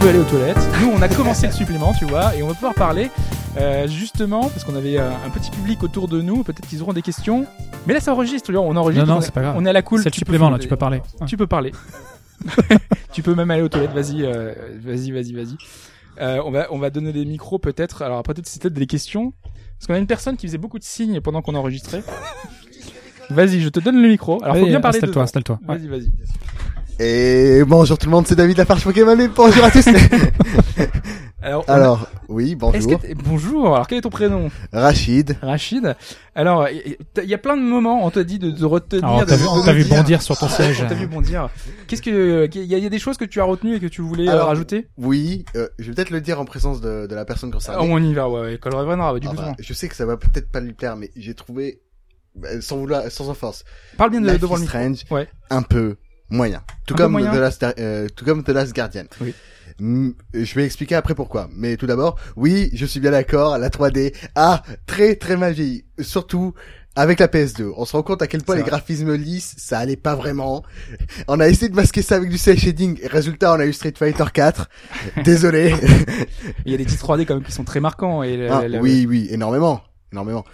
peut aller aux toilettes. Nous, on a commencé le supplément, tu vois, et on va pouvoir parler euh, justement parce qu'on avait euh, un petit public autour de nous. Peut-être qu'ils auront des questions. Mais là, ça enregistre. tu vois, on enregistre. Non, non, on est- c'est pas grave. On est à la cool. C'est le tu peux supplément, faire là, des- tu peux parler. Tu peux parler. tu peux même aller aux toilettes. Vas-y, euh, vas-y, vas-y, vas-y. Euh, on va, on va donner des micros peut-être. Alors peut-être c'est peut-être des questions parce qu'on a une personne qui faisait beaucoup de signes pendant qu'on enregistrait. Vas-y, je te donne le micro. Alors faut Vas-y, bien parler. Installe-toi, dedans. installe-toi. Ouais. Vas-y, vas-y. Et bonjour tout le monde, c'est David Lafarge Pokémon et bonjour à tous. Alors, on a- Alors, oui, est-ce que bonjour. t'es- bonjour. Alors quel est ton prénom Rachid. Rachid. Alors, il y, y a plein de moments, on te dit de, de retenir. Alors, de- t'as vu, de- t'as de vu dire. bondir sur ton siège. On t'a vu bondir. Qu'est-ce que, il y, a- y a des choses que tu as retenues et que tu voulais euh, Alors, rajouter Oui, euh, je vais peut-être le dire en présence de, de la personne Ah, concernée. On y va, ouais. ouais. Call Revenant, du Ah coup. bah, je sais que ça va peut-être pas lui plaire, mais j'ai trouvé, bah, sans vouloir, sans offense, Parle bien de, Life devant le is micro. Strange, Ouais. un peu moyen. Tout Un peu comme moyen The Last, euh, tout comme The Last Guardian. Oui. Mm, Je vais expliquer après pourquoi. Mais tout d'abord, oui, je suis bien d'accord, la 3D a très très mal vieilli. Surtout avec la PS2. On se rend compte à quel point C'est les vrai. graphismes lisses, ça allait pas vraiment. On a essayé de masquer ça avec du cel shading. Résultat, on a eu Street Fighter 4. Désolé. Il y a des titres 3D quand même qui sont très marquants et la- Ah, la- oui, oui, énormément, énormément.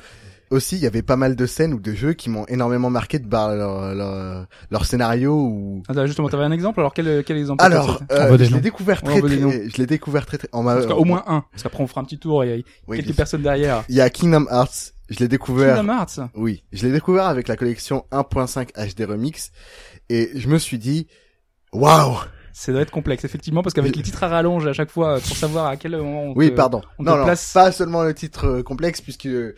Aussi, il y avait pas mal de scènes ou de jeux qui m'ont énormément marqué de par leur, leur, leur scénario ou. Attends, justement, t'avais un exemple. Alors quel, quel exemple Alors, t'as- euh, On veut des je noms. l'ai découvert Ouais, on très, veut des noms. très, je l'ai découvert très, très. On m'a En tout cas, au moins un, parce qu'après on fera un petit tour. Il y a Oui, quelques oui. personnes derrière. Il y a Kingdom Hearts. Je l'ai découvert. Kingdom Hearts. Oui, je l'ai découvert avec la collection 1.5 HD Remix et je me suis dit, waouh. Ça doit être complexe, effectivement, parce qu'avec les titres à rallonge à chaque fois pour savoir à quel moment. On Oui, te- pardon. on te Non, non, place- pas seulement le titre euh, complexe, puisque euh,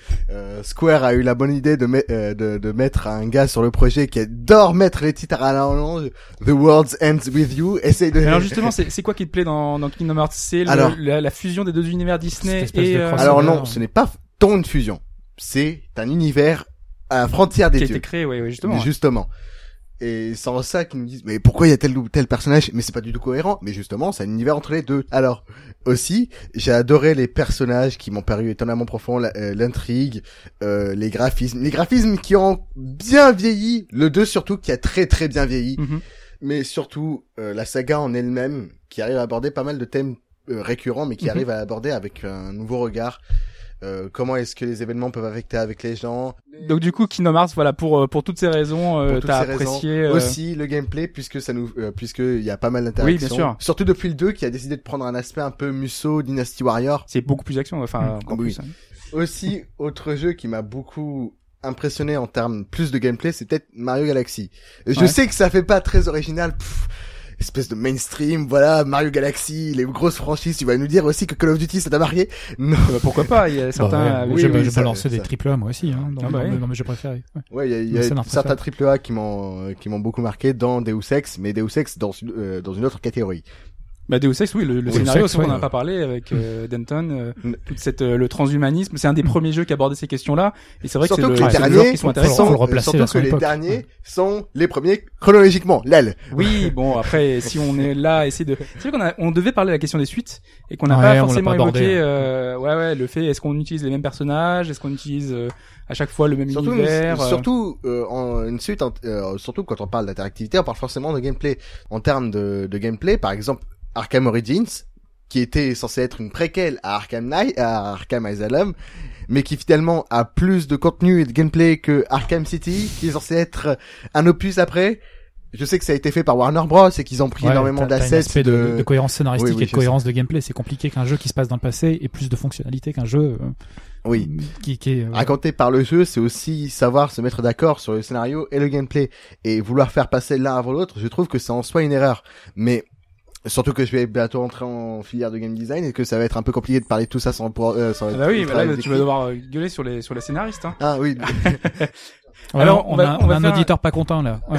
Square a eu la bonne idée de, met- euh, de, de mettre un gars sur le projet qui adore mettre les titres à l'allonge. The world ends with you. Essaye de. Alors justement, c'est c'est quoi qui te plaît dans, dans Kingdom Hearts C'est le- Alors- la, la fusion des deux univers Disney Cette espèce et de euh, crossover. Alors non, ce n'est pas ton fusion. C'est un univers à la frontière des qui a dieux. été créé, oui, oui, justement. Mais ouais. justement. Et sans ça, qu'ils nous disent, mais pourquoi il y a tel ou tel personnage Mais c'est pas du tout cohérent. Mais justement, c'est un univers entre les deux. Alors, aussi, j'ai adoré les personnages qui m'ont paru étonnamment profonds, la- euh, l'intrigue, euh, les graphismes. Les graphismes qui ont bien vieilli. Le 2 surtout, qui a très très bien vieilli. Mhm. Mais surtout, euh, la saga en elle-même, qui arrive à aborder pas mal de thèmes euh, récurrents, mais qui Mhm. arrive à aborder avec un nouveau regard. Euh, comment est-ce que les événements peuvent affecter avec les gens Donc du coup, Kingdom Hearts, voilà, pour euh, pour toutes ces raisons, euh, Pour toutes t'as ces raisons. apprécié. euh, aussi le gameplay puisque ça nous euh, puisque il y a pas mal d'interactions. Oui, bien sûr. Surtout depuis le 2 qui a décidé de prendre un aspect un peu Musso Dynasty Warrior. C'est beaucoup plus action, enfin encore Mmh. Oui. plus. hein. Aussi autre jeu qui m'a beaucoup impressionné en termes plus de gameplay, c'est peut-être Mario Galaxy. Je Ouais. sais que ça fait pas très original. pff, espèce de mainstream, voilà, Mario Galaxy, les grosses franchises, tu vas nous dire aussi que Call of Duty ça t'a marqué Non. Euh, bah, pourquoi pas Il y a certains. Bah ouais, oui, j'ai oui, pas- j'ai ça- pas lancé des ça- triple A moi aussi, hein, dans, Ah bah dans oui. mes- dans mes jeux préférés. Ouais. Ouais, il y a, il y a Mais ça n'en certains triple A qui m'ont euh, qui m'ont beaucoup marqué dans Deus Ex, mais Deus Ex dans une- euh, dans une autre catégorie. Bah Deus Ex, oui, le, le Deus scénario, Ex, c'est vrai qu'on ouais. n'a pas parlé avec euh, Denton, euh, Mm. toute cette euh, le transhumanisme, c'est un des premiers jeux qui abordait ces questions-là. Et c'est vrai Surtout que que c'est le, les c'est le derniers genre qui sont sont- intéressants. Faut le sont- replacer Euh, surtout vers que son les époque. derniers sont les premiers chronologiquement. Lel. Oui, bon après, si on est là, essayer de. C'est vrai qu'on a, on devait parler de la question des suites et qu'on n'a Ouais, on pas l'a forcément pas abordé, évoqué. hein. euh, ouais, ouais, le fait est-ce qu'on utilise les mêmes personnages, est-ce qu'on utilise euh, à chaque fois le même Surtout, univers. une, euh, surtout euh, en, une suite, en- euh, surtout quand on parle d'interactivité, on parle forcément de gameplay. En termes de, de gameplay, par exemple, Arkham Origins, qui était censé être une préquelle à Arkham Knight, à Arkham Asylum, mais qui finalement a plus de contenu et de gameplay que Arkham City, qui est censé être un opus après. Je sais que ça a été fait par Warner Bros et qu'ils ont pris Ouais, énormément t'as- t'as un d'assets. aspect de, de cohérence scénaristique Oui, oui, et de je cohérence de gameplay. C'est compliqué qu'un jeu qui se passe dans le passé ait plus de fonctionnalités qu'un jeu euh, Oui. qui, qui est. euh, Raconter par le jeu, c'est aussi savoir se mettre d'accord sur le scénario et le gameplay. Et vouloir faire passer l'un avant l'autre, je trouve que c'est en soi une erreur. Mais surtout que je vais bientôt entrer en filière de game design et que ça va être un peu compliqué de parler de tout ça sans... Pour, euh, sans Ah bah oui, bah là, travail tu d'équipe. vas devoir euh, gueuler sur les sur les scénaristes. Hein. Ah oui, ouais, Alors, on, on va- a, on va a un faire un- auditeur pas content là. Ouais,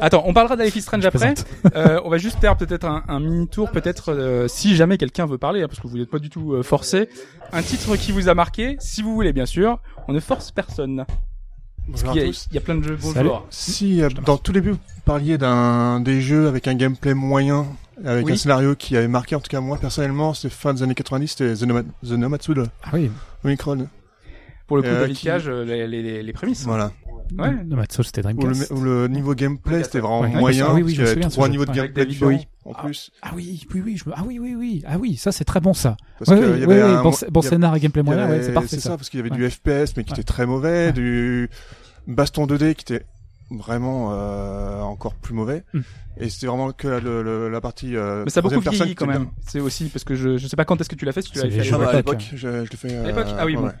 Attends, on parlera d'Alice is Strange je après. plaisante. Euh, on va juste faire peut-être un, un mini tour, peut-être euh, si jamais quelqu'un veut parler, hein, parce que vous n'êtes pas du tout euh, forcé. Un titre qui vous a marqué, si vous voulez bien sûr. On ne force personne. Bonjour Il y à a, tous. il y a plein de jeux. Bonjour. Salut. Si euh, dans tout début vous parliez d'un des jeux avec un gameplay moyen, avec Oui. un scénario qui avait marqué en tout cas moi personnellement, c'est fin des années 90, c'était The, Nomad, The Nomad's Wood, Ah oui. Omicron. Pour le coup, Euh, David qui- Cage, euh, les, les- les prémices. Voilà. Ouais. Non, mais ça, c'était Où Dreamcast. le, où le niveau gameplay c'était vraiment Ouais. moyen, Ah oui, oui, parce je me souviens qu'il y avait de ce trois jeu. niveaux de Avec gameplay David Bowie. différents en plus. Ah oui, oui, oui, je me- ah oui, oui, oui, ah oui, ça c'est très bon ça. Parce Ouais, qu'il oui, y oui, avait oui, un bon, mo- sc- bon il y scénar et gameplay Il y moyen, ouais, avait- c'est parfait ça. parce qu'il y avait du FPS mais qui était très mauvais, Ouais. du baston 2D qui était vraiment euh, encore plus mauvais. Mm. Et c'était vraiment que la, le- le- la partie. euh, Mais ça a beaucoup troisième personne vieilli qui quand était même. C'est aussi parce que je je sais pas quand est-ce que tu l'as fait si tu l'as C'est fait. les bien. Ah bah, à à l'époque. l'époque, je, je l'ai fait. À euh, l'époque Ah oui, ouais, bon. ouais.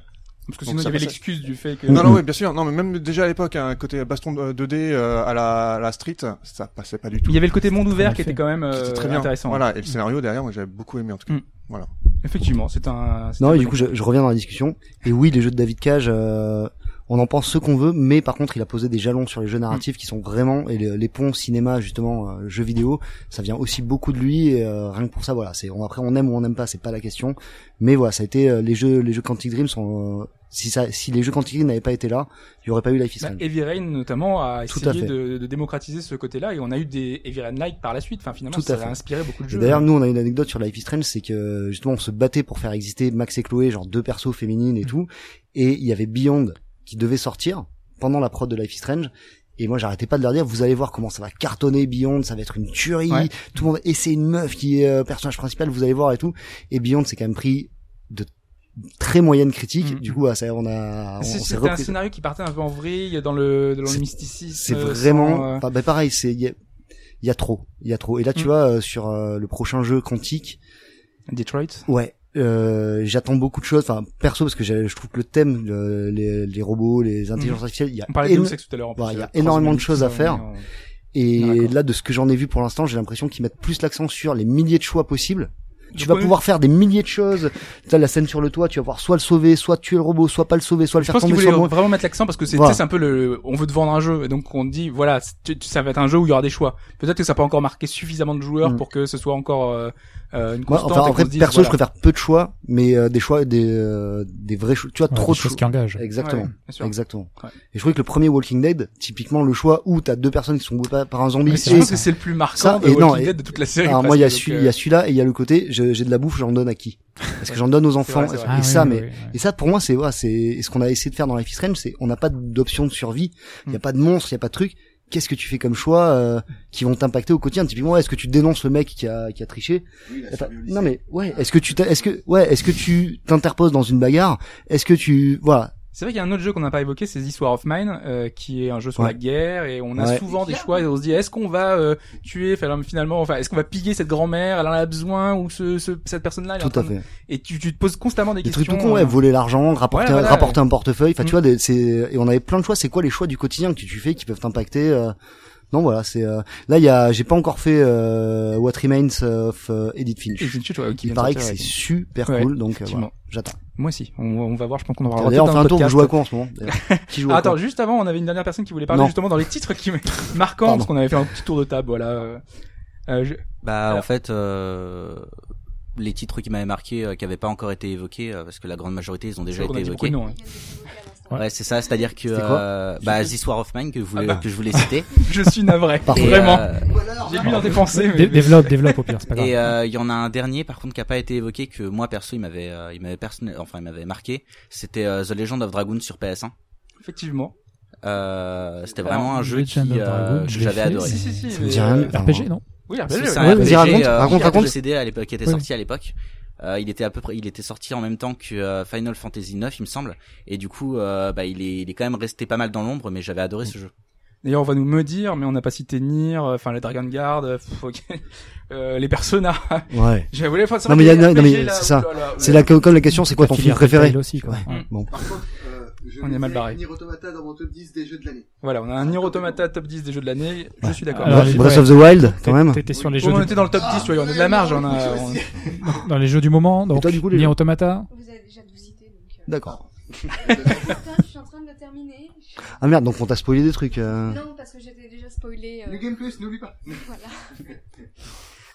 Parce que sinon Donc il y ça avait passait. l'excuse du fait que Non, non, Mm. oui, bien sûr. Non, mais même déjà à l'époque, un côté baston euh, 2D euh, à, la, à la street, ça passait pas du tout. il y avait le côté monde ouvert mal qui était fait. quand même euh, C'était très bien. intéressant. Voilà, et le scénario derrière, moi j'avais beaucoup aimé en tout cas. Mm. Effectivement, c'est un. c'est Non, un et du bon coup, je, je reviens dans la discussion. Et oui, les jeux de David Cage, euh, on en pense ce qu'on veut, mais par contre, il a posé des jalons sur les jeux narratifs qui sont vraiment et les, les ponts cinéma justement, euh, jeux vidéo, ça vient aussi beaucoup de lui. Et, euh, rien que pour ça, voilà. C'est on, après, on aime ou on n'aime pas, c'est pas la question. Mais voilà, ça a été euh, les jeux, les jeux Quantic Dream sont. euh, si ça, si les jeux Quantic Dream n'avaient pas été là, il y aurait pas eu Life is Bah, Strange. Heavy Rain notamment a Tout essayé à fait. de, de démocratiser ce côté-là et on a eu des Heavy Rain Like par la suite. Enfin finalement Tout ça à fait. a inspiré beaucoup de Et jeux. d'ailleurs, nous, on a une anecdote sur Life is Strange, c'est que justement, on se battait pour faire exister Max et Chloé, genre deux persos féminines et Mm. tout. Et il y avait Beyond qui devait sortir pendant la prod de Life is Strange. Et moi, j'arrêtais pas de leur dire, vous allez voir comment ça va cartonner Beyond, ça va être une tuerie. Ouais. Tout le monde, et c'est une meuf qui est euh, personnage principal, vous allez voir et tout. Et Beyond, c'est quand même pris de très moyennes critiques. Mhm. Du coup, ah, ça, on a, on, on C'est- s'est C'était un repris. scénario qui partait un peu en vrille dans le dans le C'est- mysticisme. C'est sans, vraiment, euh, enfin, bah, pareil, c'est, il y, a- il y a trop, il y a trop. Et là, tu Mhm. vois, euh, sur euh, le prochain jeu quantique, Detroit. Ouais, euh, j'attends beaucoup de choses. Enfin, perso, parce que j'ai- je trouve que le thème, le- les, les robots, les intelligences artificielles, il y a, Mhm. On parlait éno- de sexe tout à l'heure. en plus, Voilà, il y a euh, énormément de choses à faire. transhumanisme, Ah, et d'accord. là, de ce que j'en ai vu pour l'instant, j'ai l'impression qu'ils mettent plus l'accent sur les milliers de choix possibles. euh, Tu donc, vas on- pouvoir faire des milliers de choses. T'as la scène sur le toit, tu vas pouvoir soit le sauver, soit tuer le robot, soit pas le sauver, soit le Je faire pense qu'ils tomber sur voulaient le vraiment mettre l'accent parce que c'est tu Voilà. sais, c'est un peu le, on veut te vendre un jeu et donc on te dit voilà c'est- tu- ça va être un jeu où il y aura des choix. Peut-être que ça peut encore marquer suffisamment de joueurs Mm. pour que ce soit encore euh, euh, une Moi, constante. enfin, et après, qu'on se dise, perso, voilà. je préfère peu de choix, mais euh, des choix, des, euh, des vrais choix. Tu vois, Ouais, trop des de choix. choses qui engagent. Exactement. Ouais, bien sûr. Exactement. Ouais. Et je trouvais que le premier Walking Dead, typiquement le choix où t'as deux personnes qui sont goûtées par un zombie Mais c'est je et- pense que c'est le plus marquant Ça, de et non, Walking et- Dead de toute la série. Alors parce moi il y a que, donc, celui, euh, il y a celui-là et il y a le côté je- j'ai de la bouffe, j'en donne à qui Parce que j'en donne aux enfants. vrai, c'est vrai. Ah et oui, ça oui, mais oui, oui. et ça pour moi c'est voilà, c'est et ce qu'on a essayé de faire dans Life is Strange, c'est on n'a pas d'option de survie, il y Mm. a pas de monstre, il y a pas de truc. Qu'est-ce que tu fais comme choix euh, qui vont t'impacter au quotidien Typiquement, est-ce que tu dénonces le mec qui a qui a triché Enfin, Non mais ouais, est-ce que tu t'as- est-ce que ouais, est-ce que tu t'interposes dans une bagarre Est-ce que tu voilà, C'est vrai qu'il y a un autre jeu qu'on n'a pas évoqué, c'est The War of Mine, euh, qui est un jeu sur Ouais. la guerre, et on a Ouais. souvent des choix, et on se dit, est-ce qu'on va euh, tuer, enfin, finalement, enfin, est-ce qu'on va piller cette grand-mère, elle en a besoin, ou ce, ce- cette personne-là, elle est en tout à train de- fait. Et tu, tu te poses constamment des, Des questions. trucs tout con, ouais, euh, voler l'argent, rapporter, Ouais, voilà, rapporter un portefeuille. Enfin, Mm. tu vois, des- c'est et on avait plein de choix. C'est quoi les choix du quotidien que tu fais qui peuvent t'impacter euh, Non, voilà, c'est euh, là. Il y a, j'ai pas encore fait euh, What Remains of euh, Edith Finch. et tout de suite, ouais, qui Il vient de paraît que sortir, c'est ouais. super Ouais, cool, donc euh, effectivement. voilà, j'attends. Moi aussi. On, on va voir, je pense qu'on aura D'ailleurs, on peut-être fait un tour. Vous podcast. jouez à quoi en ce moment d'ailleurs Qui joue Ah, à attends, quoi juste avant, on avait une dernière personne qui voulait parler Non. justement dans les titres qui marquants, Pardon. parce qu'on avait fait un petit tour de table, voilà. euh, euh, je- Bah Alors. en fait, euh, les titres qui m'avaient marqué, euh, qui n'avaient pas encore été évoqués, euh, parce que la grande majorité, ils ont déjà on a été dit beaucoup évoqués. de noms, hein. Ouais. Ouais, c'est ça. C'est-à-dire que C'était quoi euh, bah, This War of Mine que je voulais, Ah bah. que je voulais citer. Je suis navré. Parfait. Et, Vraiment. euh, J'ai lu dans tes pensées, mais. Dé- Développe, développe au pire, c'est pas grave. Et euh, il y en a un dernier par contre qui a pas été évoqué que moi perso il m'avait euh, il m'avait personne enfin il m'avait marqué c'était euh, The Legend of Dragoon sur PS1 Effectivement. euh, c'était vraiment un The jeu qui, Legend of euh, Dragoon, que je l'ai j'avais fait, adoré Si, si, si. Ça me mais, dit rien. euh, euh, RPG, non Oui, C'est RPG, Ah, c'est ouais. un Ouais, RPG vas-y, raconte, euh, raconte, qui a raconte. précédé à l'époque, qui était Oui. sorti à l'époque. Euh, il était à peu près, il était sorti en même temps que euh, Final Fantasy 9, il me semble. Et du coup, euh, bah, il est, il est quand même resté pas mal dans l'ombre, mais j'avais adoré ce jeu. D'ailleurs, on va nous me dire, mais on n'a pas cité Nier, euh, enfin les Dragon Guard, euh, pff, ok. Euh, les Persona. Ouais. J'ai voulu faire ça. Non, mais il y a- non, mais c'est ça. C'est la là. comme la question, c'est quoi ton Killer film préféré Telltale aussi, quoi. Ouais. Mm. Bon, Par contre, euh, je On est mal barré. Nier Automata dans mon top 10 des jeux de l'année. Voilà, on a un Nier Automata top 10 des jeux de l'année. Je Ouais. suis d'accord. Alors, Ah, Ouais. j'ai- Breath of the Wild quand même. T'étais sur les Oh, jeux on du... était dans le top 10, tu vois, on a de la marge, on a. on- dans les jeux du moment, donc toi, du coup, les Nier jeux Automata. Vous avez déjà tout cité, donc... euh, D'accord. Putain, je suis en train de le terminer. Ah merde, donc on t'a spoilé des trucs. euh. Non, parce que j'étais déjà spoilé. Le gameplay, n'oublie pas. voilà.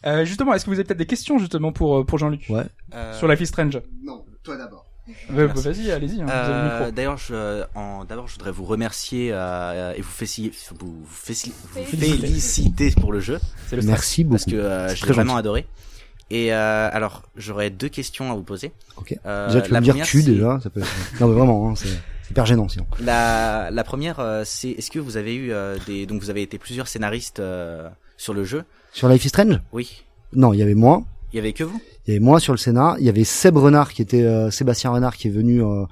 Euh, justement, est-ce que vous avez peut-être des questions justement pour euh, pour Jean-Luc Ouais. Euh, sur Life is Strange Non, toi d'abord. Euh, bah, merci. Vas-y, allez-y. hein, vous avez le euh, micro. D'ailleurs, je, en- d'abord, je voudrais vous remercier euh, et vous, féci- vous, vous féci- vous Féliciter. féliciter pour le jeu C'est le stress. Merci beaucoup. parce que euh, C'est j'ai très vraiment adoré. Et euh, alors, j'aurais deux questions à vous poser. Ok. Euh, Déjà, tu peux la me dire première, tu c'est- déjà. Ça peut... non mais vraiment, hein, c'est. Hyper gênant sinon. La, la première, euh, c'est est-ce que vous avez eu euh, des donc vous avez été plusieurs scénaristes euh, sur le jeu Sur Life is Strange Oui. Non, il y avait moi. Il y avait que vous Il y avait moi sur le scénar. Il y avait Seb Renard qui était euh, Sébastien Renard qui est venu euh,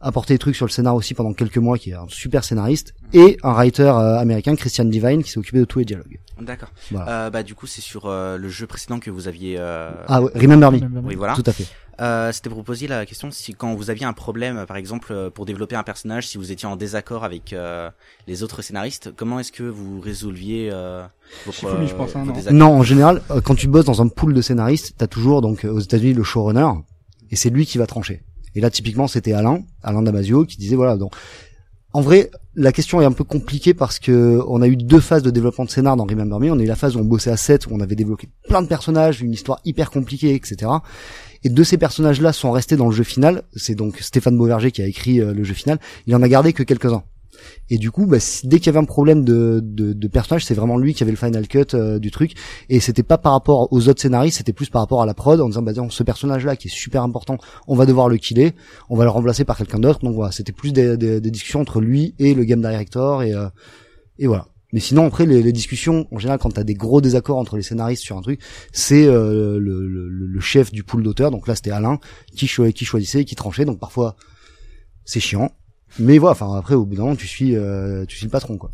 apporter des trucs sur le scénar aussi pendant quelques mois, qui est un super scénariste et un writer euh, américain Christian Divine qui s'est occupé de tous les dialogues. D'accord. Voilà. Euh, bah du coup c'est sur euh, le jeu précédent que vous aviez. euh, Ah ouais, Remember Me. Oui voilà. Tout à fait. Euh, C'était pour poser la question si quand vous aviez un problème par exemple euh, pour développer un personnage si vous étiez en désaccord avec euh, les autres scénaristes comment est-ce que vous résolviez euh, vos, Shifumi, pro- je pense, hein, vos non désaccords Non, en général, euh, quand tu bosses dans un pool de scénaristes, t'as toujours donc euh, aux États-Unis le showrunner et c'est lui qui va trancher. Et là, typiquement, c'était Alain, Alain Damasio, qui disait voilà. Donc, en vrai, la question est un peu compliquée parce que on a eu deux phases de développement de scénar dans Remember Me. On a eu la phase où on bossait à 7, où on avait développé plein de personnages, une histoire hyper compliquée, etc. Et de ces personnages-là sont restés dans le jeu final. C'est donc Stéphane Beauverger qui a écrit euh, le jeu final. Il en a gardé que quelques-uns. Et du coup, bah, si- dès qu'il y avait un problème de, de, de personnage, c'est vraiment lui qui avait le final cut euh, du truc et c'était pas par rapport aux autres scénaristes, c'était plus par rapport à la prod en disant bah tiens, ce personnage là qui est super important, on va devoir le killer, on va le remplacer par quelqu'un d'autre. Donc voilà, c'était plus des, des- des discussions entre lui et le game director et euh, et voilà. Mais sinon après les, les discussions en général quand t'as des gros désaccords entre les scénaristes sur un truc, c'est euh, le, le- le chef du pool d'auteurs, donc là c'était Alain qui, cho- qui choisissait, qui tranchait, donc parfois c'est chiant. Mais voilà, enfin après au bout d'un moment tu suis euh, tu suis le patron quoi.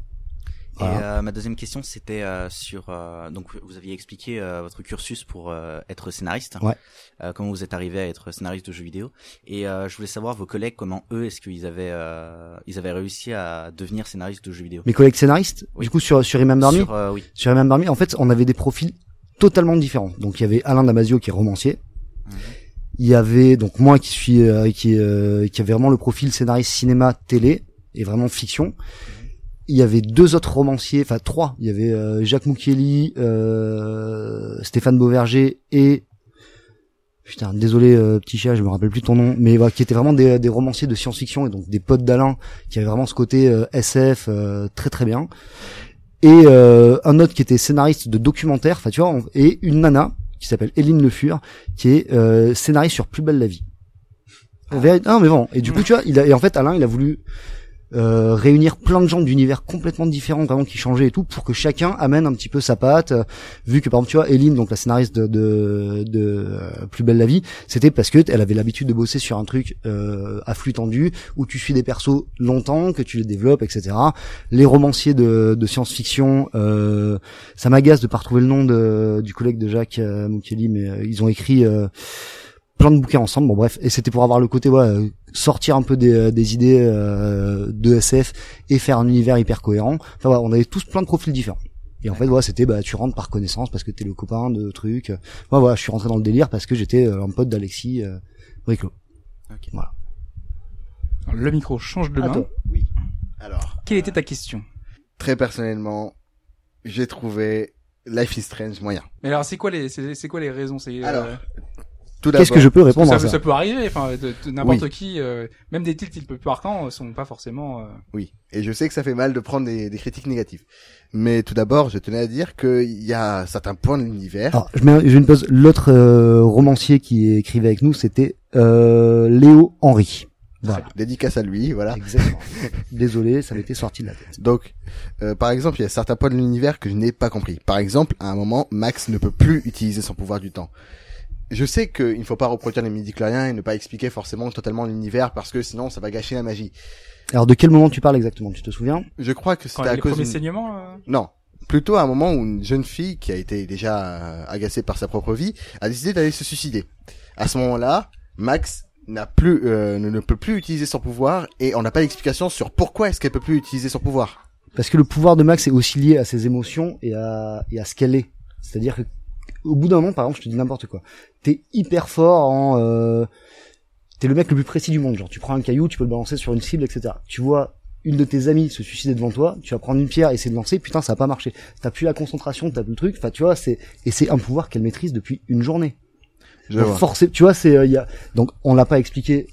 Et Voilà. euh, ma deuxième question, c'était euh, sur euh, donc vous aviez expliqué euh, votre cursus pour euh, être scénariste. Ouais. Euh, comment vous êtes arrivé à être scénariste de jeux vidéo Et euh, je voulais savoir vos collègues comment eux est-ce qu'ils avaient euh, ils avaient réussi à devenir scénariste de jeux vidéo Mes collègues scénaristes, Oui. du coup sur sur Remember Me, Sur, euh, oui. sur Remember Me, en fait, on avait des profils totalement différents. Donc il y avait Alain Damasio qui est romancier. Mhm. Il y avait donc moi qui suis euh, qui euh, qui avait vraiment le profil scénariste cinéma télé et vraiment fiction. Il y avait deux autres romanciers, enfin trois. Il y avait euh, Jacques Moukeli, euh, Stéphane Beauverger et putain désolé euh, petit chat, je me rappelle plus ton nom, mais voilà, qui étaient vraiment des, des romanciers de science-fiction et donc des potes d'Alain qui avaient vraiment ce côté euh, SF euh, très très bien et euh, un autre qui était scénariste de documentaire, enfin tu vois, on- et une nana qui s'appelle Hélène Le Fur, qui est euh, scénariste sur Plus belle la vie. Véri- Non mais bon, et du coup tu vois, il a, et en fait Alain il a voulu euh, réunir plein de gens d'univers complètement différents, vraiment qui changeaient et tout, pour que chacun amène un petit peu sa patte. euh, vu que par exemple tu vois, Hélène, donc la scénariste de, de, de, euh, Plus belle la vie, c'était parce que t- elle avait l'habitude de bosser sur un truc euh, à flux tendu, où tu suis des persos longtemps, que tu les développes, etc les romanciers de, de science-fiction. Euh, ça m'agace de pas retrouver le nom de, du collègue de Jacques euh, Moukeli, mais euh, ils ont écrit euh, plein de bouquins ensemble. Bon bref, et c'était pour avoir le côté voilà, euh, sortir un peu des, euh, des idées euh, de SF et faire un univers hyper cohérent. Enfin voilà, on avait tous plein de profils différents. Et en fait, voilà, c'était bah tu rentres par connaissance parce que t'es le copain de truc. Moi, voilà, je suis rentré dans le délire parce que j'étais euh, un pote d'Alexis euh, Briclot. Alors, Le micro change de À main. toi. Oui. Alors. Quelle était ta question Très personnellement, j'ai trouvé Life is Strange moyen. Mais alors, c'est quoi les, c'est c'est quoi les raisons C'est euh, Alors, Tout Qu'est-ce d'abord. que je peux parce que répondre ça, à ça ça peut arriver. Enfin, de- de n'importe qui, euh, même des titres type partant euh, sont pas forcément. euh, Oui, et je sais que ça fait mal de prendre des, des critiques négatives. Mais tout d'abord, je tenais à dire qu'il y a certains points de l'univers. Alors, je mets, je mets une pause. L'autre euh, romancier qui écrivait avec nous, c'était euh, Léo Henry. Voilà. Dédicace à lui, voilà. Exactement. Désolé, ça m'était sorti de la tête. Donc, euh, par exemple, il y a certains points de l'univers que je n'ai pas compris. Par exemple, à un moment, Max ne peut plus utiliser son pouvoir du temps. Je sais qu'il ne faut pas reproduire les midi-chloriens et ne pas expliquer forcément totalement l'univers parce que sinon ça va gâcher la magie. Alors, de quel moment tu parles exactement Tu te souviens Je crois que Quand c'était il y a à les cause premiers d'une- saignements. euh, Non. Plutôt à un moment où une jeune fille qui a été déjà euh, agacée par sa propre vie a décidé d'aller se suicider. À ce moment-là, Max n'a plus, euh, ne, ne peut plus utiliser son pouvoir et on n'a pas d'explication sur pourquoi est-ce qu'elle peut plus utiliser son pouvoir. Parce que le pouvoir de Max est aussi lié à ses émotions et à, et à ce qu'elle est. C'est-à-dire que au bout d'un moment, par exemple, je te dis n'importe quoi. T'es hyper fort en. Euh, T'es le mec le plus précis du monde. Genre, tu prends un caillou, tu peux le balancer sur une cible, etc. Tu vois une de tes amies se suicider devant toi, tu vas prendre une pierre, essayer de lancer, putain, ça a pas marché. T'as plus la concentration, t'as plus le truc. Enfin, tu vois, c'est et c'est un pouvoir qu'elle maîtrise depuis une journée. Je Donc, vois. forcé- tu vois, c'est euh, il y a donc on l'a pas expliqué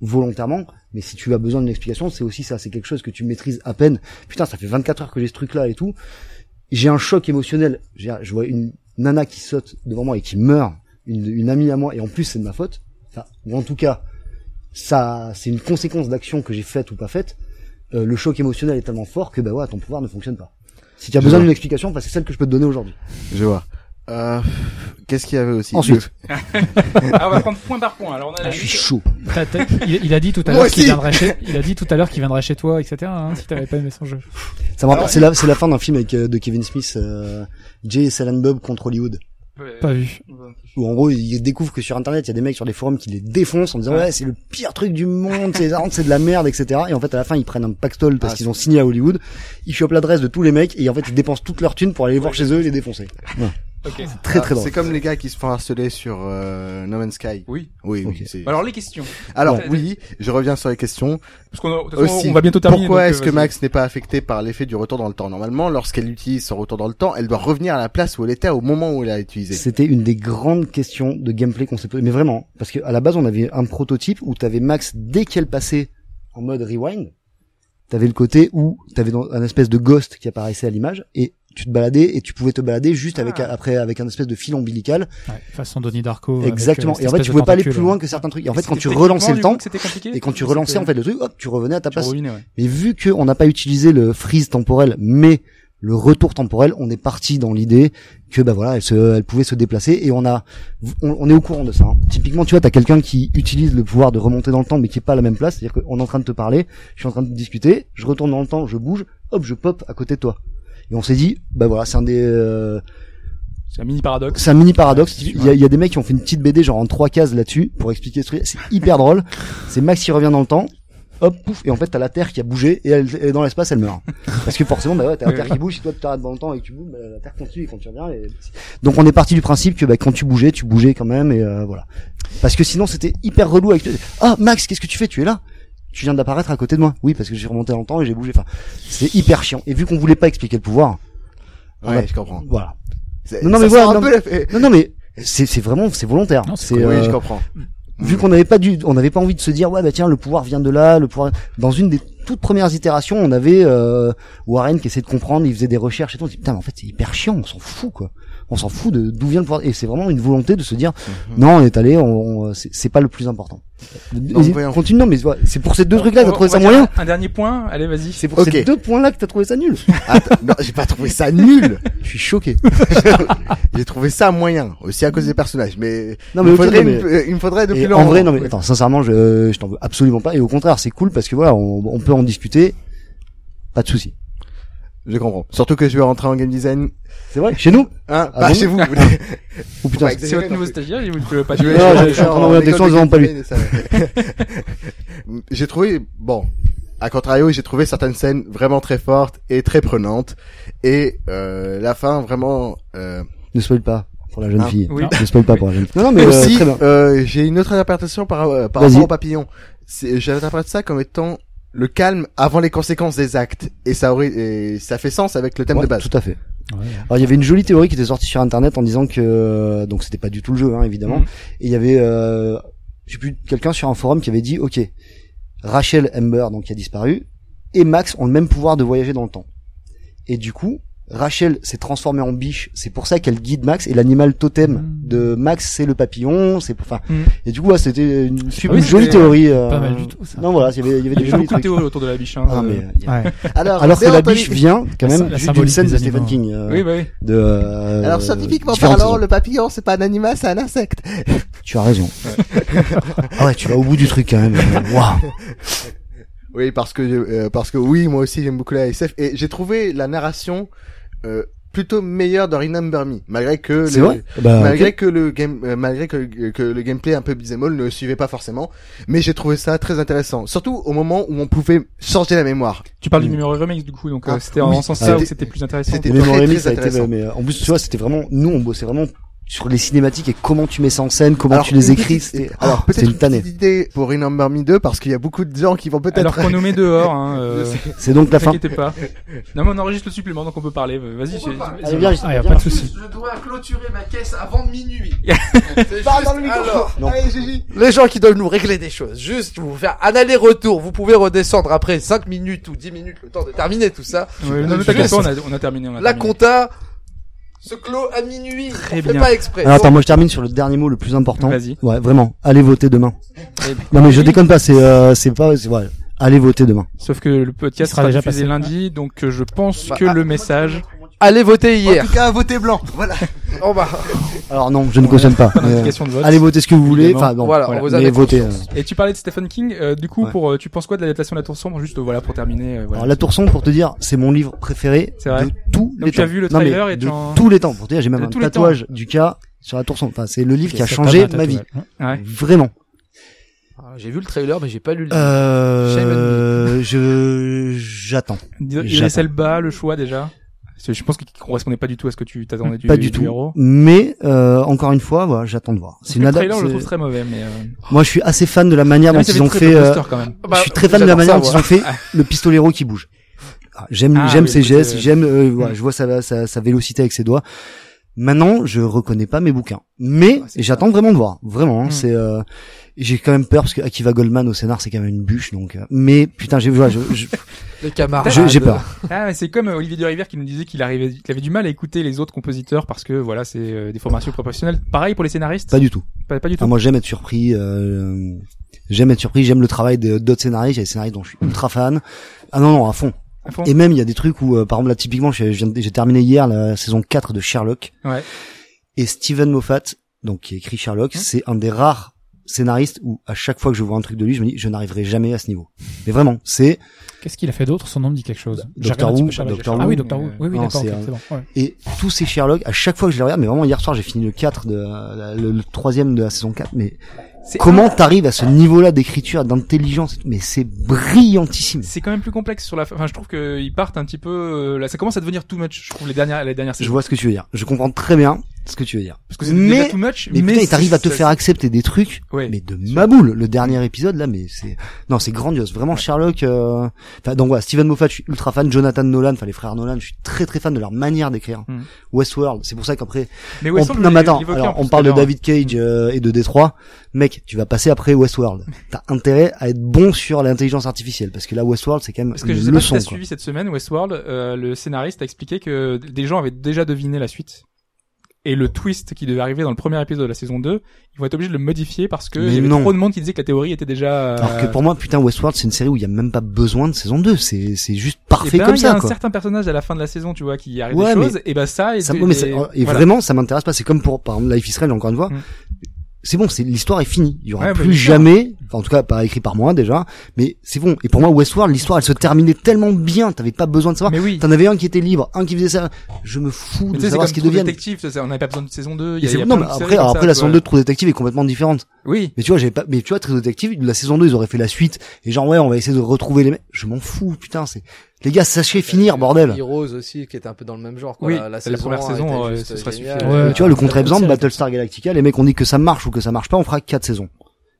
volontairement, mais si tu as besoin d'une explication, c'est aussi ça, c'est quelque chose que tu maîtrises à peine. Putain, ça fait 24 heures que j'ai ce truc là et tout. J'ai un choc émotionnel. J'ai- Je vois une nana qui saute devant moi et qui meurt, une, une amie à moi et en plus c'est de ma faute. Enfin, ou en tout cas, ça, c'est une conséquence d'action que j'ai faite ou pas faite. euh, le choc émotionnel est tellement fort que bah ouais, ton pouvoir ne fonctionne pas. Si tu as Je besoin vois. d'une explication, bah, c'est celle que je peux te donner aujourd'hui. Je vois. Euh, Qu'est-ce qu'il y avait aussi Ensuite. Ah, on va prendre point par point. Alors, on a la Ah, Je suis chaud. T'as- t'as- il, il a dit tout à Moi l'heure qu'il aussi. viendrait chez, il a dit tout à l'heure qu'il viendrait chez toi, etc. Hein, si t'avais pas aimé son jeu. Ah Ça me rappelle- c'est la, c'est la fin d'un film avec euh, de Kevin Smith, euh, Jay et Silent Bob contre Hollywood, Pas vu. où en gros ils découvrent que sur Internet il y a des mecs sur des forums qui les défoncent en disant ouais, c'est le pire truc du monde, c'est armes, c'est de la merde, etc. Et en fait à la fin ils prennent un pactole parce Ah, qu'ils ont signé à Hollywood, ils chopent l'adresse de tous les mecs et en fait ils dépensent toute leur thune pour aller les voir chez eux et les défoncer. Ok. Très Ah, très drôle. C'est comme les gars qui se font harceler sur euh, No Man's Sky. Oui. Oui, oui. Ok. c'est- Alors, les questions. Alors Ouais. oui, je reviens sur les questions. Parce qu'on a- de toute façon, Aussi, on va bientôt terminer. pourquoi donc, est-ce euh, que vas-y. Max n'est pas affecté par l'effet du retour dans le temps Normalement, lorsqu'elle utilise son retour dans le temps, elle doit revenir à la place où elle était au moment où elle l'a utilisé. C'était une des grandes questions de gameplay qu'on s'est posé. Mais vraiment, parce qu'à la base, on avait un prototype où t'avais Max dès qu'elle passait en mode rewind. T'avais le côté où t'avais dans- un espèce de ghost qui apparaissait à l'image et tu te baladais et tu pouvais te balader juste avec Ah. après avec un espèce de fil ombilical. Ouais, façon Donnie Darko. avec, euh, Exactement. cette Et en fait, espèce tu de pouvais pas aller tentacule, plus loin que certains trucs. Et en fait, C'était quand tu techniquement, relançais le du coup, temps que c'était compliqué. et quand tu Ou relançais en c'était- fait le truc, hop, tu revenais à ta tu place. revenais, ouais. Mais vu que on n'a pas utilisé le freeze temporel, mais le retour temporel, on est parti dans l'idée que bah voilà, elle, se, elle pouvait se déplacer et on a, on, on est au courant de ça. hein. Typiquement, tu vois, t'as quelqu'un qui utilise le pouvoir de remonter dans le temps, mais qui est pas à la même place. C'est-à-dire qu'on est en train de te parler, je suis en train de discuter, je retourne dans le temps, je bouge, hop, je pop à côté de toi. Et on s'est dit, bah voilà, c'est un des, euh, C'est un mini paradoxe. c'est un mini paradoxe. Il y, a, il y a des mecs qui ont fait une petite BD genre en trois cases là-dessus pour expliquer ce truc. C'est hyper drôle. C'est Max qui revient dans le temps. Hop, pouf, et en fait t'as la Terre qui a bougé et elle, elle est dans l'espace, elle meurt. Parce que forcément, bah ouais, t'as la Terre qui bouge, si toi tu t'arrêtes dans le temps et que tu bouges, bah, la Terre continue et quand tu reviens. et- Donc on est parti du principe que bah, quand tu bougeais, tu bougeais quand même et euh, voilà. Parce que sinon c'était hyper relou avec. Ah Max, qu'est-ce que tu fais Tu es là Tu viens d'apparaître à côté de moi Oui, parce que j'ai remonté dans le temps et j'ai bougé. Enfin, c'est hyper chiant. Et vu qu'on voulait pas expliquer le pouvoir, Ouais, Ouais. je comprends. voilà. C'est- Non, non, ça mais sort voilà, un non, peu l'effet- Non, non, mais c'est c'est vraiment c'est volontaire. Non, c'est C'est Oui, je euh, comprends. vu qu'on n'avait pas dû, on n'avait pas envie de se dire ouais bah tiens le pouvoir vient de là, le pouvoir. Dans une des toutes premières itérations, on avait euh, Warren qui essayait de comprendre, il faisait des recherches et tout. On se dit putain mais en fait c'est hyper chiant, on s'en fout quoi. On s'en fout de d'où vient le pouvoir et c'est vraiment une volonté de se dire Mhm. non on est allé, on, on- c'est c'est pas le plus important. Vas-y, voyons. continue non mais voilà, c'est pour ces deux trucs On- là que t'as on- trouvé on ça va dire moyen. Oh, Un dernier point. Allez, vas-y. C'est pour Ok. ces deux points là que t'as trouvé ça nul. Attends, non, j'ai pas trouvé ça nul. Je suis choqué. J'ai trouvé ça moyen, aussi à cause des personnages. Mais Non mais, il, me ok, faudrait, non, mais... une- euh, il me faudrait depuis Et longtemps. en vrai, non mais attends, sincèrement, je, je t'en veux absolument pas. Et au contraire, c'est cool parce que voilà, on, on peut en discuter. Pas de souci. Je comprends. Surtout que je vais rentrer en game design. C'est vrai. Chez nous Hein, Ah pas bon chez vous. Oh putain. Ouais, c'est- C'est votre nouveau stagiaire. Il vous le pas dire. vais- Non, je suis en train d'envoyer des l'école choses, de ils auront pas lu. Kevin, ça va. j'ai trouvé, bon, à contrario, j'ai trouvé certaines scènes vraiment très fortes et très prenantes. Et euh, la fin, vraiment... Euh... Ne spoil pas pour la jeune Ah, fille. oui. Ne spoil pas pour la jeune fille. Non non mais Mais euh, aussi, très bien. euh, j'ai une autre interprétation par, euh, par Vas-y. rapport au papillon. C'est- J'interprète ça comme étant le calme avant les conséquences des actes. Et ça, aurait, et ça fait sens avec le thème Ouais, de base. Tout à fait. Ouais. Alors il y avait une jolie théorie qui était sortie sur internet en disant que euh, donc c'était pas du tout le jeu hein, évidemment Mhm. et il y avait euh, je sais plus quelqu'un sur un forum qui avait dit OK Rachel Amber donc qui a disparu et Max ont le même pouvoir de voyager dans le temps. Et du coup Rachel s'est transformée en biche, c'est pour ça qu'elle guide Max et l'animal totem Mhm. de Max c'est le papillon, c'est pour enfin Mhm. et du coup ouais, c'était une super oui, jolie c'était théorie euh, Pas mal du tout, ça. Non voilà, il y avait il y avait Il des y a jolis beaucoup de trucs. théories autour de la biche. hein. Ah, mais, euh, Ouais. Alors, Alors que la Béanthony- biche vient quand La- même la juste d'une symbolique scène des de Stephen animaux. King. euh, Oui, bah oui. de euh, Alors scientifiquement différentes parlant, raisons. le papillon, c'est pas un animal, c'est un insecte. tu as raison. ah ouais, tu vas au bout du truc quand même. Waouh. Oui, parce que euh, parce que oui, moi aussi j'aime beaucoup la SF et j'ai trouvé la narration euh, plutôt meilleure de Remember Me, malgré que C'est le, vrai Bah, malgré ok. que le game euh, malgré que, que le gameplay un peu beat'em all ne suivait pas forcément, mais j'ai trouvé ça très intéressant, surtout au moment où on pouvait changer la mémoire. Tu parles du Mm. numéro remix du coup, donc euh, Ah, c'était oui. en sens ça où C'était- c'était plus intéressant. c'était- Mais très, Memory très Remix, ça a été, intéressant. mais euh, en plus, tu vois, c'était vraiment, nous, on bossait vraiment sur les cinématiques et comment tu mets ça en scène, comment tu les une écris. petite- C'était, oh, alors c'était peut-être Ah, une une tannée. petite idée pour Remember Me 2 parce qu'il y a beaucoup de gens qui vont Alors peut-être qu'on nous met dehors, hein, euh, C'est donc la fin. t'inquiétez pas. Non mais on enregistre le supplément donc on peut parler. Vas-y. j'ai- vas-y. Allez, viens, Ah, y a pas de souci. Je dois clôturer ma caisse avant minuit. Parle dans le micro. Alors, Non. Allez, Gigi. les gens qui doivent nous régler des choses, juste vous faire un aller-retour, vous pouvez redescendre après 5 minutes ou 10 minutes, le temps de terminer tout ça. Ouais, non, mais Je t'inquiète laisse- pas, on a, on a terminé. On a La terminé. compta, se clôt à minuit. Très on fait bien. pas exprès. Alors attends, moi je termine sur le dernier mot le plus important. Vas-y. Ouais, vraiment, allez voter demain. Non mais je déconne pas, c'est euh, c'est pas c'est ouais, allez voter demain. Sauf que le podcast Il sera sera, déjà diffusé passé. lundi, donc euh, je pense Bah, que ah. le message. Allez voter En hier. tout cas, votez blanc. Voilà. On va. Alors non, je ne cautionne pas. Pas mais, euh, d'indication de vote. allez voter ce que vous voulez, Évidemment. enfin bon, Voilà, on vous a mais votez. euh. Et tu parlais de Stephen King, euh, du coup, Ouais. pour, euh, tu penses quoi de l'adaptation de la Tour Sombre Juste, euh, voilà, pour terminer. euh, voilà. Alors La Tour Sombre, pour te dire, c'est mon livre préféré C'est vrai de tous Donc, les tu temps. as vu le Non, mais trailer et tu de en- tous les temps. Pour te dire, j'ai même De un tous les tatouage du cas sur la Tour Sombre. Enfin, c'est le livre qui a C'est changé pas mal, ma vie, tatouage. Ouais. vraiment. Ah, J'ai vu le trailer, mais j'ai pas lu le. livre. Euh, je j'attends. Idris Elba, le choix déjà. Parce que Je pense qu'il correspondait pas du tout à ce que tu t'attendais du, pas du, tout. héros. Mais euh, encore une fois, voilà, j'attends de voir. C'est une Le trailer, je adaptation. le trouve très mauvais, mais. euh, Moi, je suis assez fan de la manière ah, dont mais ça ils ont très fait. euh, blockbuster, quand même. Bah, je suis très fan de la j'adore manière ça, dont ils moi. ont fait le pistolero qui bouge. Ah, J'aime Ah, j'aime oui, ses le côté- gestes, j'aime euh, voilà, Mm. je vois sa, sa sa vélocité avec ses doigts. Maintenant, je reconnais pas mes bouquins, mais Ah, c'est j'attends vraiment de voir, vraiment. hein, Mm. C'est euh, j'ai quand même peur parce que Akiva Goldman au scénar c'est quand même une bûche donc. euh, mais putain, j'ai voilà, je, je- Les camarades. je- j'ai peur. Ah, mais c'est comme euh, Olivier de Rivière qui nous disait qu'il arrivait, qu'il avait du mal à écouter les autres compositeurs parce que voilà, c'est euh, des formations professionnelles. Pareil pour les scénaristes. Pas du tout. Pas, pas du tout. Enfin, moi, j'aime être surpris. euh, j'aime être surpris. J'aime le travail de- d'autres scénaristes. Il y a des scénaristes dont je suis ultra fan. Ah non non à fond. À fond. Et même, il y a des trucs où, euh, par exemple, là, typiquement, je- je viens de- j'ai terminé hier la saison 4 de Sherlock. Ouais. Et Steven Moffat, donc, qui a écrit Sherlock, c'est un des rares scénaristes où, à chaque fois que je vois un truc de lui, je me dis, je n'arriverai jamais à ce niveau. Mais vraiment, c'est, Qu'est-ce qu'il a fait d'autre Son nom me dit quelque chose. J'ai Doctor regardé un petit Who, peu Sherlock. Doctor Ah Who, oui, Doctor Who. mais, Oui, oui, non, d'accord, c'est ok, un- c'est bon. ouais. et tous ces Sherlock, à chaque fois que je les regarde, mais vraiment, hier soir, j'ai fini le 4 de, la- le, le troisième de la saison 4, mais C'est- comment t'arrives à ce niveau-là d'écriture, d'intelligence, et tout mais c'est brillantissime. C'est quand même plus complexe sur la. fin. Enfin, je trouve qu'ils partent un petit peu. euh, Là, ça commence à devenir too much. Je trouve les dernières, les dernières Je saisons. vois ce que tu veux dire. Je comprends très bien ce que tu veux dire. Parce que c'est Mais- déjà too much. Mais, putain, il t'arrive à te ça- faire accepter des trucs Ouais. mais de ma boule le dernier épisode là mais c'est non c'est grandiose vraiment Sherlock euh, enfin donc voilà Steven Moffat je suis ultra fan Jonathan Nolan enfin les frères Nolan je suis très très fan de leur manière d'écrire Mm. Westworld c'est pour ça qu'après Mais on... Westworld, non vous mais l'avez attends évoqué en alors plus on parle tout de à l'heure. hein. Hmm. David Cage euh, et de Détroit mec tu vas passer après Westworld t'as intérêt à être bon sur l'intelligence artificielle parce que là Westworld c'est quand même Parce que je une sais pas si leçon t'as quoi. suivi cette semaine Westworld, euh, le scénariste a expliqué que des gens avaient déjà deviné la suite. Et le twist qui devait arriver dans le premier épisode de la saison 2, ils vont être obligés de le modifier parce que Mais il y avait non. trop de monde qui disait que la théorie était déjà. alors que pour moi putain Westworld c'est une série où il y a même pas besoin de saison 2 c'est c'est juste Et parfait ben, comme il y a ça un quoi certain personnage à la fin de la saison, tu vois, qui arrive Ouais, des mais- choses, et ben ça, et, Ça- et- ouais, mais ça- oh, et voilà. vraiment, ça m'intéresse pas. C'est comme pour, par exemple, Life is Strange, encore une fois. Mm. C'est bon, c'est l'histoire est finie. Il y aura Ouais, bah, plus bien sûr. jamais, enfin, en tout cas pas écrit par moi déjà, mais c'est bon. Et pour moi, Westworld, l'histoire, elle se terminait tellement bien, t'avais pas besoin de savoir. Mais oui. T'en avais un qui était libre, un qui faisait ça. Je me Mais fous de Tu sais, c'est savoir comme ce qu'ils True deviennent. Detective, ça, on n'avait pas besoin de saison 2. Et c'est- non, mais après, alors après la saison oh, 2 de True Detective est complètement différente. Oui. Mais tu vois, j'avais pas, mais tu vois, True Detective, la saison 2, ils auraient fait la suite. Et genre, ouais, on va essayer de retrouver les mecs. Je m'en fous, putain, c'est, les gars, sachez finir, bordel. Heroes aussi, qui était un peu dans le même genre. Quoi. Oui, la, la saison première un saison, était euh, juste ce serait géniale. suffisant. Ouais, Mais tu vois, le contre-exemple, c'est- Battlestar Galactica, les mecs ont dit que ça marche ou que ça marche pas, on fera quatre saisons.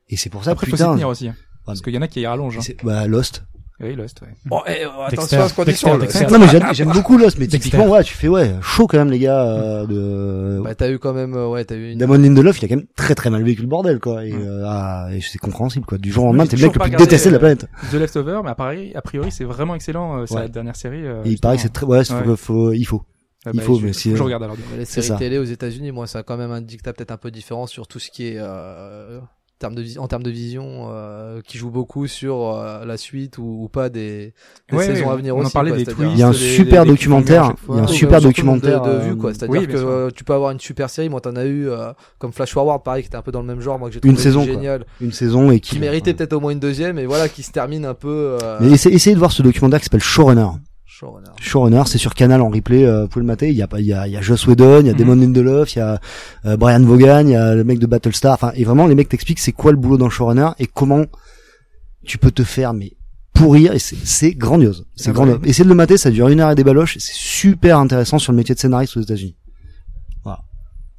Et c'est pour ça, Après, faut s'y putain. tenir aussi. hein. Parce qu'il y en a qui rallongent. hein. c'est- Bah, Lost. Oui, Lost, ouais. Bon, eh, euh, Dexter, attention à ce qu'on dit sur le. Dexter, Dexter. Non, mais j'aime- j'aime beaucoup Lost, mais Dexter. typiquement, ouais, tu fais, ouais, chaud quand même, les gars, Mm. euh, de... Bah, t'as eu quand même, euh, ouais, t'as eu une. Damon Lindelof, il a quand même très très mal vécu le bordel, quoi. Et, euh, ah, et c'est compréhensible, quoi. Du jour au lendemain, Oui, t'es Mm. le j'ai toujours mec le plus pas regardé, détesté de la euh, planète. The Leftover, mais à Paris, a priori, c'est vraiment excellent, euh, c'est Ouais. la dernière série. euh, Et il paraît que c'est justement. très, ouais, c'est- faut- Ouais. faut- il faut. Ah il bah, faut, hein. je- mais si- Je regarde alors. du coup. Les C'est séries ça. télé aux États-Unis, moi, ça a quand même un dictat peut-être un peu différent sur tout ce qui est euh, terme de vis- en termes de vision, euh, qui joue beaucoup sur euh, la suite ou, ou pas des, des Ouais, saisons ouais, à venir on en aussi. parlait quoi, des c'est-à-dire- twists, Il y a un des- des- super des cliffhangers à documentaire, chaque fois. il y a un Oui, super mais surtout le nombre documentaire. de, de vues, euh, quoi. C'est-à-dire oui, bien que sûr. euh, tu peux avoir une super série, moi, t'en as eu euh, comme Flash Forward, pareil, qui était un peu dans le même genre, moi, que j'ai Une trouvé saison, quoi. génial, Une saison et qui. qui méritait peut-être au moins une deuxième, et voilà, qui se termine un peu. euh, Mais essayez, essayez de voir ce documentaire qui s'appelle Showrunner. showrunner. Showrunner, c'est sur Canal en replay, euh, vous pouvez le mater. Il y a, pas- il y a, il y a Joss Whedon, il y a Mhm. Damon Lindelof, il y a euh, Brian Vaughan, il y a le mec de Battlestar. Enfin, et vraiment, les mecs t'expliquent c'est quoi le boulot dans le Showrunner et comment tu peux te faire mais pourrir. Et c'est- c'est grandiose, c'est Ah grandiose. Essayez de le mater, ça dure une heure et des baloches. C'est super intéressant sur le métier de scénariste aux États-Unis.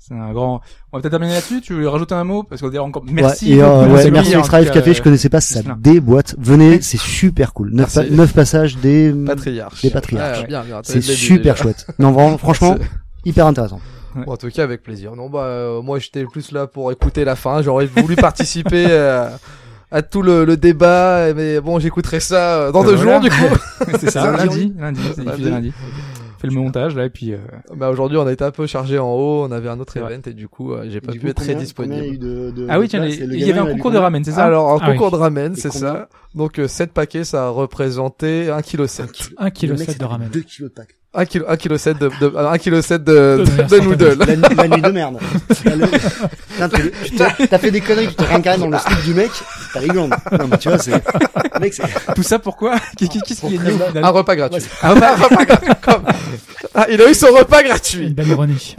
C'est un grand. On va peut-être terminer là-dessus. Tu veux rajouter un mot parce qu'on dirait encore. Merci. hein, Ouais, et, euh, beaucoup, ouais, Louis, merci en Extra tout Life cas, Café, je connaissais pas, ça Justin. déboîte. Venez, c'est super cool. Neuf, Merci. pa- neuf passages des Patriarche. des patriarches. Ouais, ouais, bien, bien, t'as eu C'est le début, super déjà. chouette. Non, vraiment, franchement, C'est- hyper intéressant. Bon, en tout cas, avec plaisir. Non, bah, euh, moi, j'étais plus là pour écouter la fin. J'aurais voulu participer euh, à tout le, le débat, mais bon, j'écouterai ça euh, dans Euh, deux voilà. jours, du coup. C'est ça. Lundi. Lundi. Lundi. c'est diffusé Lundi. lundi. fait le montage là et puis euh, Bah aujourd'hui on a été un peu chargé en haut, on avait un autre C'est vrai. event et du coup euh, j'ai pas Du pu coup, être très combien- disponible. combien il y a eu de- de- ah oui de tiens places les- et le il y avait gamin, un il a eu concours de combien ramen c'est ça Alors un Ah oui. concours de ramen, Et c'est combien ça. Donc euh, 7 paquets ça a représenté 1,7 kg. 1 kg Le mec, de c'était ramen. 2 kilos de pâtes. 1 kg 1 kg 7 de, de alors, un kilo sept De- de, de, de noodles. La, nuit- la nuit de merde. T'as le- Putain, tu le- tu te- T'as fait des conneries, tu te réincarnes dans le slip du mec, t'as les glandes. Non, mais tu vois, c'est, mec, c'est, tout ça pourquoi qu'est-ce qui est né au final Un repas gratuit. un repas, un repas gratuit. Comme- Ah, il a eu son repas gratuit. Une belle ironie.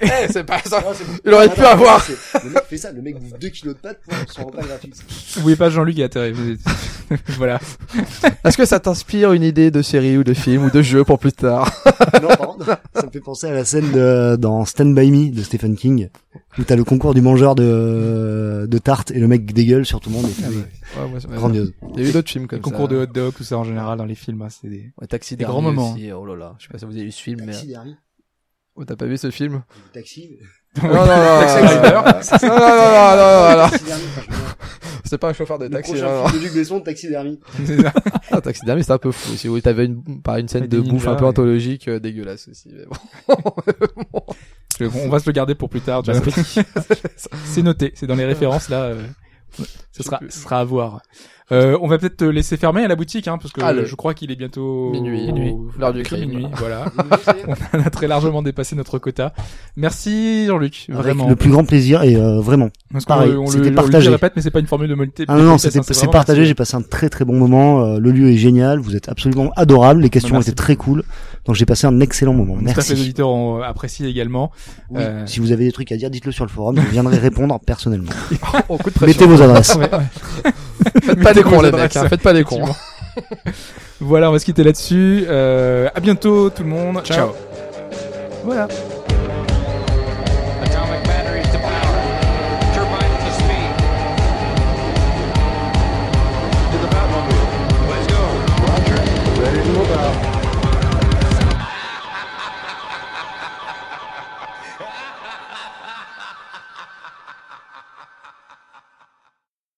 Eh, c'est pas ça. Il aurait pu avoir. c'est- le mec fait ça, le mec bouffe 2 kilos de pâtes pour son repas gratuit. vous voyez pas Jean-Luc il est atterré vous êtes- voilà Est-ce que ça t'inspire une idée de série ou de film ou de jeu pour plus tard Non, par contre, ça me fait penser à la scène de, dans Stand By Me de Stephen King, où t'as le concours du mangeur de, de tarte et le mec dégueule sur tout le monde et Ah tout. Grandiose. Il y a eu d'autres films comme le ça. concours de hot dog tout ça en général dans les films hein, c'est des Ouais, Taxi Des Derby grands moments. aussi, oh là là. Je sais pas si vous avez vu ce film, mais... Taxi Derby. Oh, t'as pas vu ce film Taxi. Non, non, non, non, Taxi non, Driver. non, non, non, Ah non, non, non, non. Taxi Derby. enfin, je veux dire, C'est pas un chauffeur de Le taxi. prochain non, non. film de Luc Besson, Taxi Derby. Ah, Taxi Derby, c'était un peu fou. Si vous t'avais une, par une scène Et de des bouffe ninjas, un peu ouais. anthologique, euh, dégueulasse aussi. mais bon. Je- on va se le garder pour plus tard tu vois, c'est- Bah c'est noté c'est dans les références là euh, ce sera ce sera à voir euh, on va peut-être te laisser fermer à la boutique hein, parce que Allez. je crois qu'il est bientôt Minuit. Minuit. oh, L'heure du crime. minuit voilà on a très largement dépassé notre quota. Merci Jean-Luc, Avec vraiment. Le plus grand plaisir et euh, vraiment. Parce qu'on pareil, le- on le- c'était on le dit, partagé. je répète, mais c'est pas une formule de hein, molité. Ah non, non, c'était- c'est partagé, j'ai passé un très très bon moment, euh, le lieu est génial, vous êtes absolument adorable, les questions Merci. étaient très cool, donc j'ai passé un excellent moment, J'espère que les merci. auditeurs ont euh, apprécié également. Oui, Euh, Si vous avez des trucs à dire, dites-le sur le forum, je viendrai répondre personnellement. Oh, coup de pression. Mettez vos adresses. Faites pas des mettez cons, vos les mecs. adresses. hein, Faites pas des cons. Voilà, on va se quitter là-dessus. Euh, à bientôt tout le monde. Ciao. Voilà.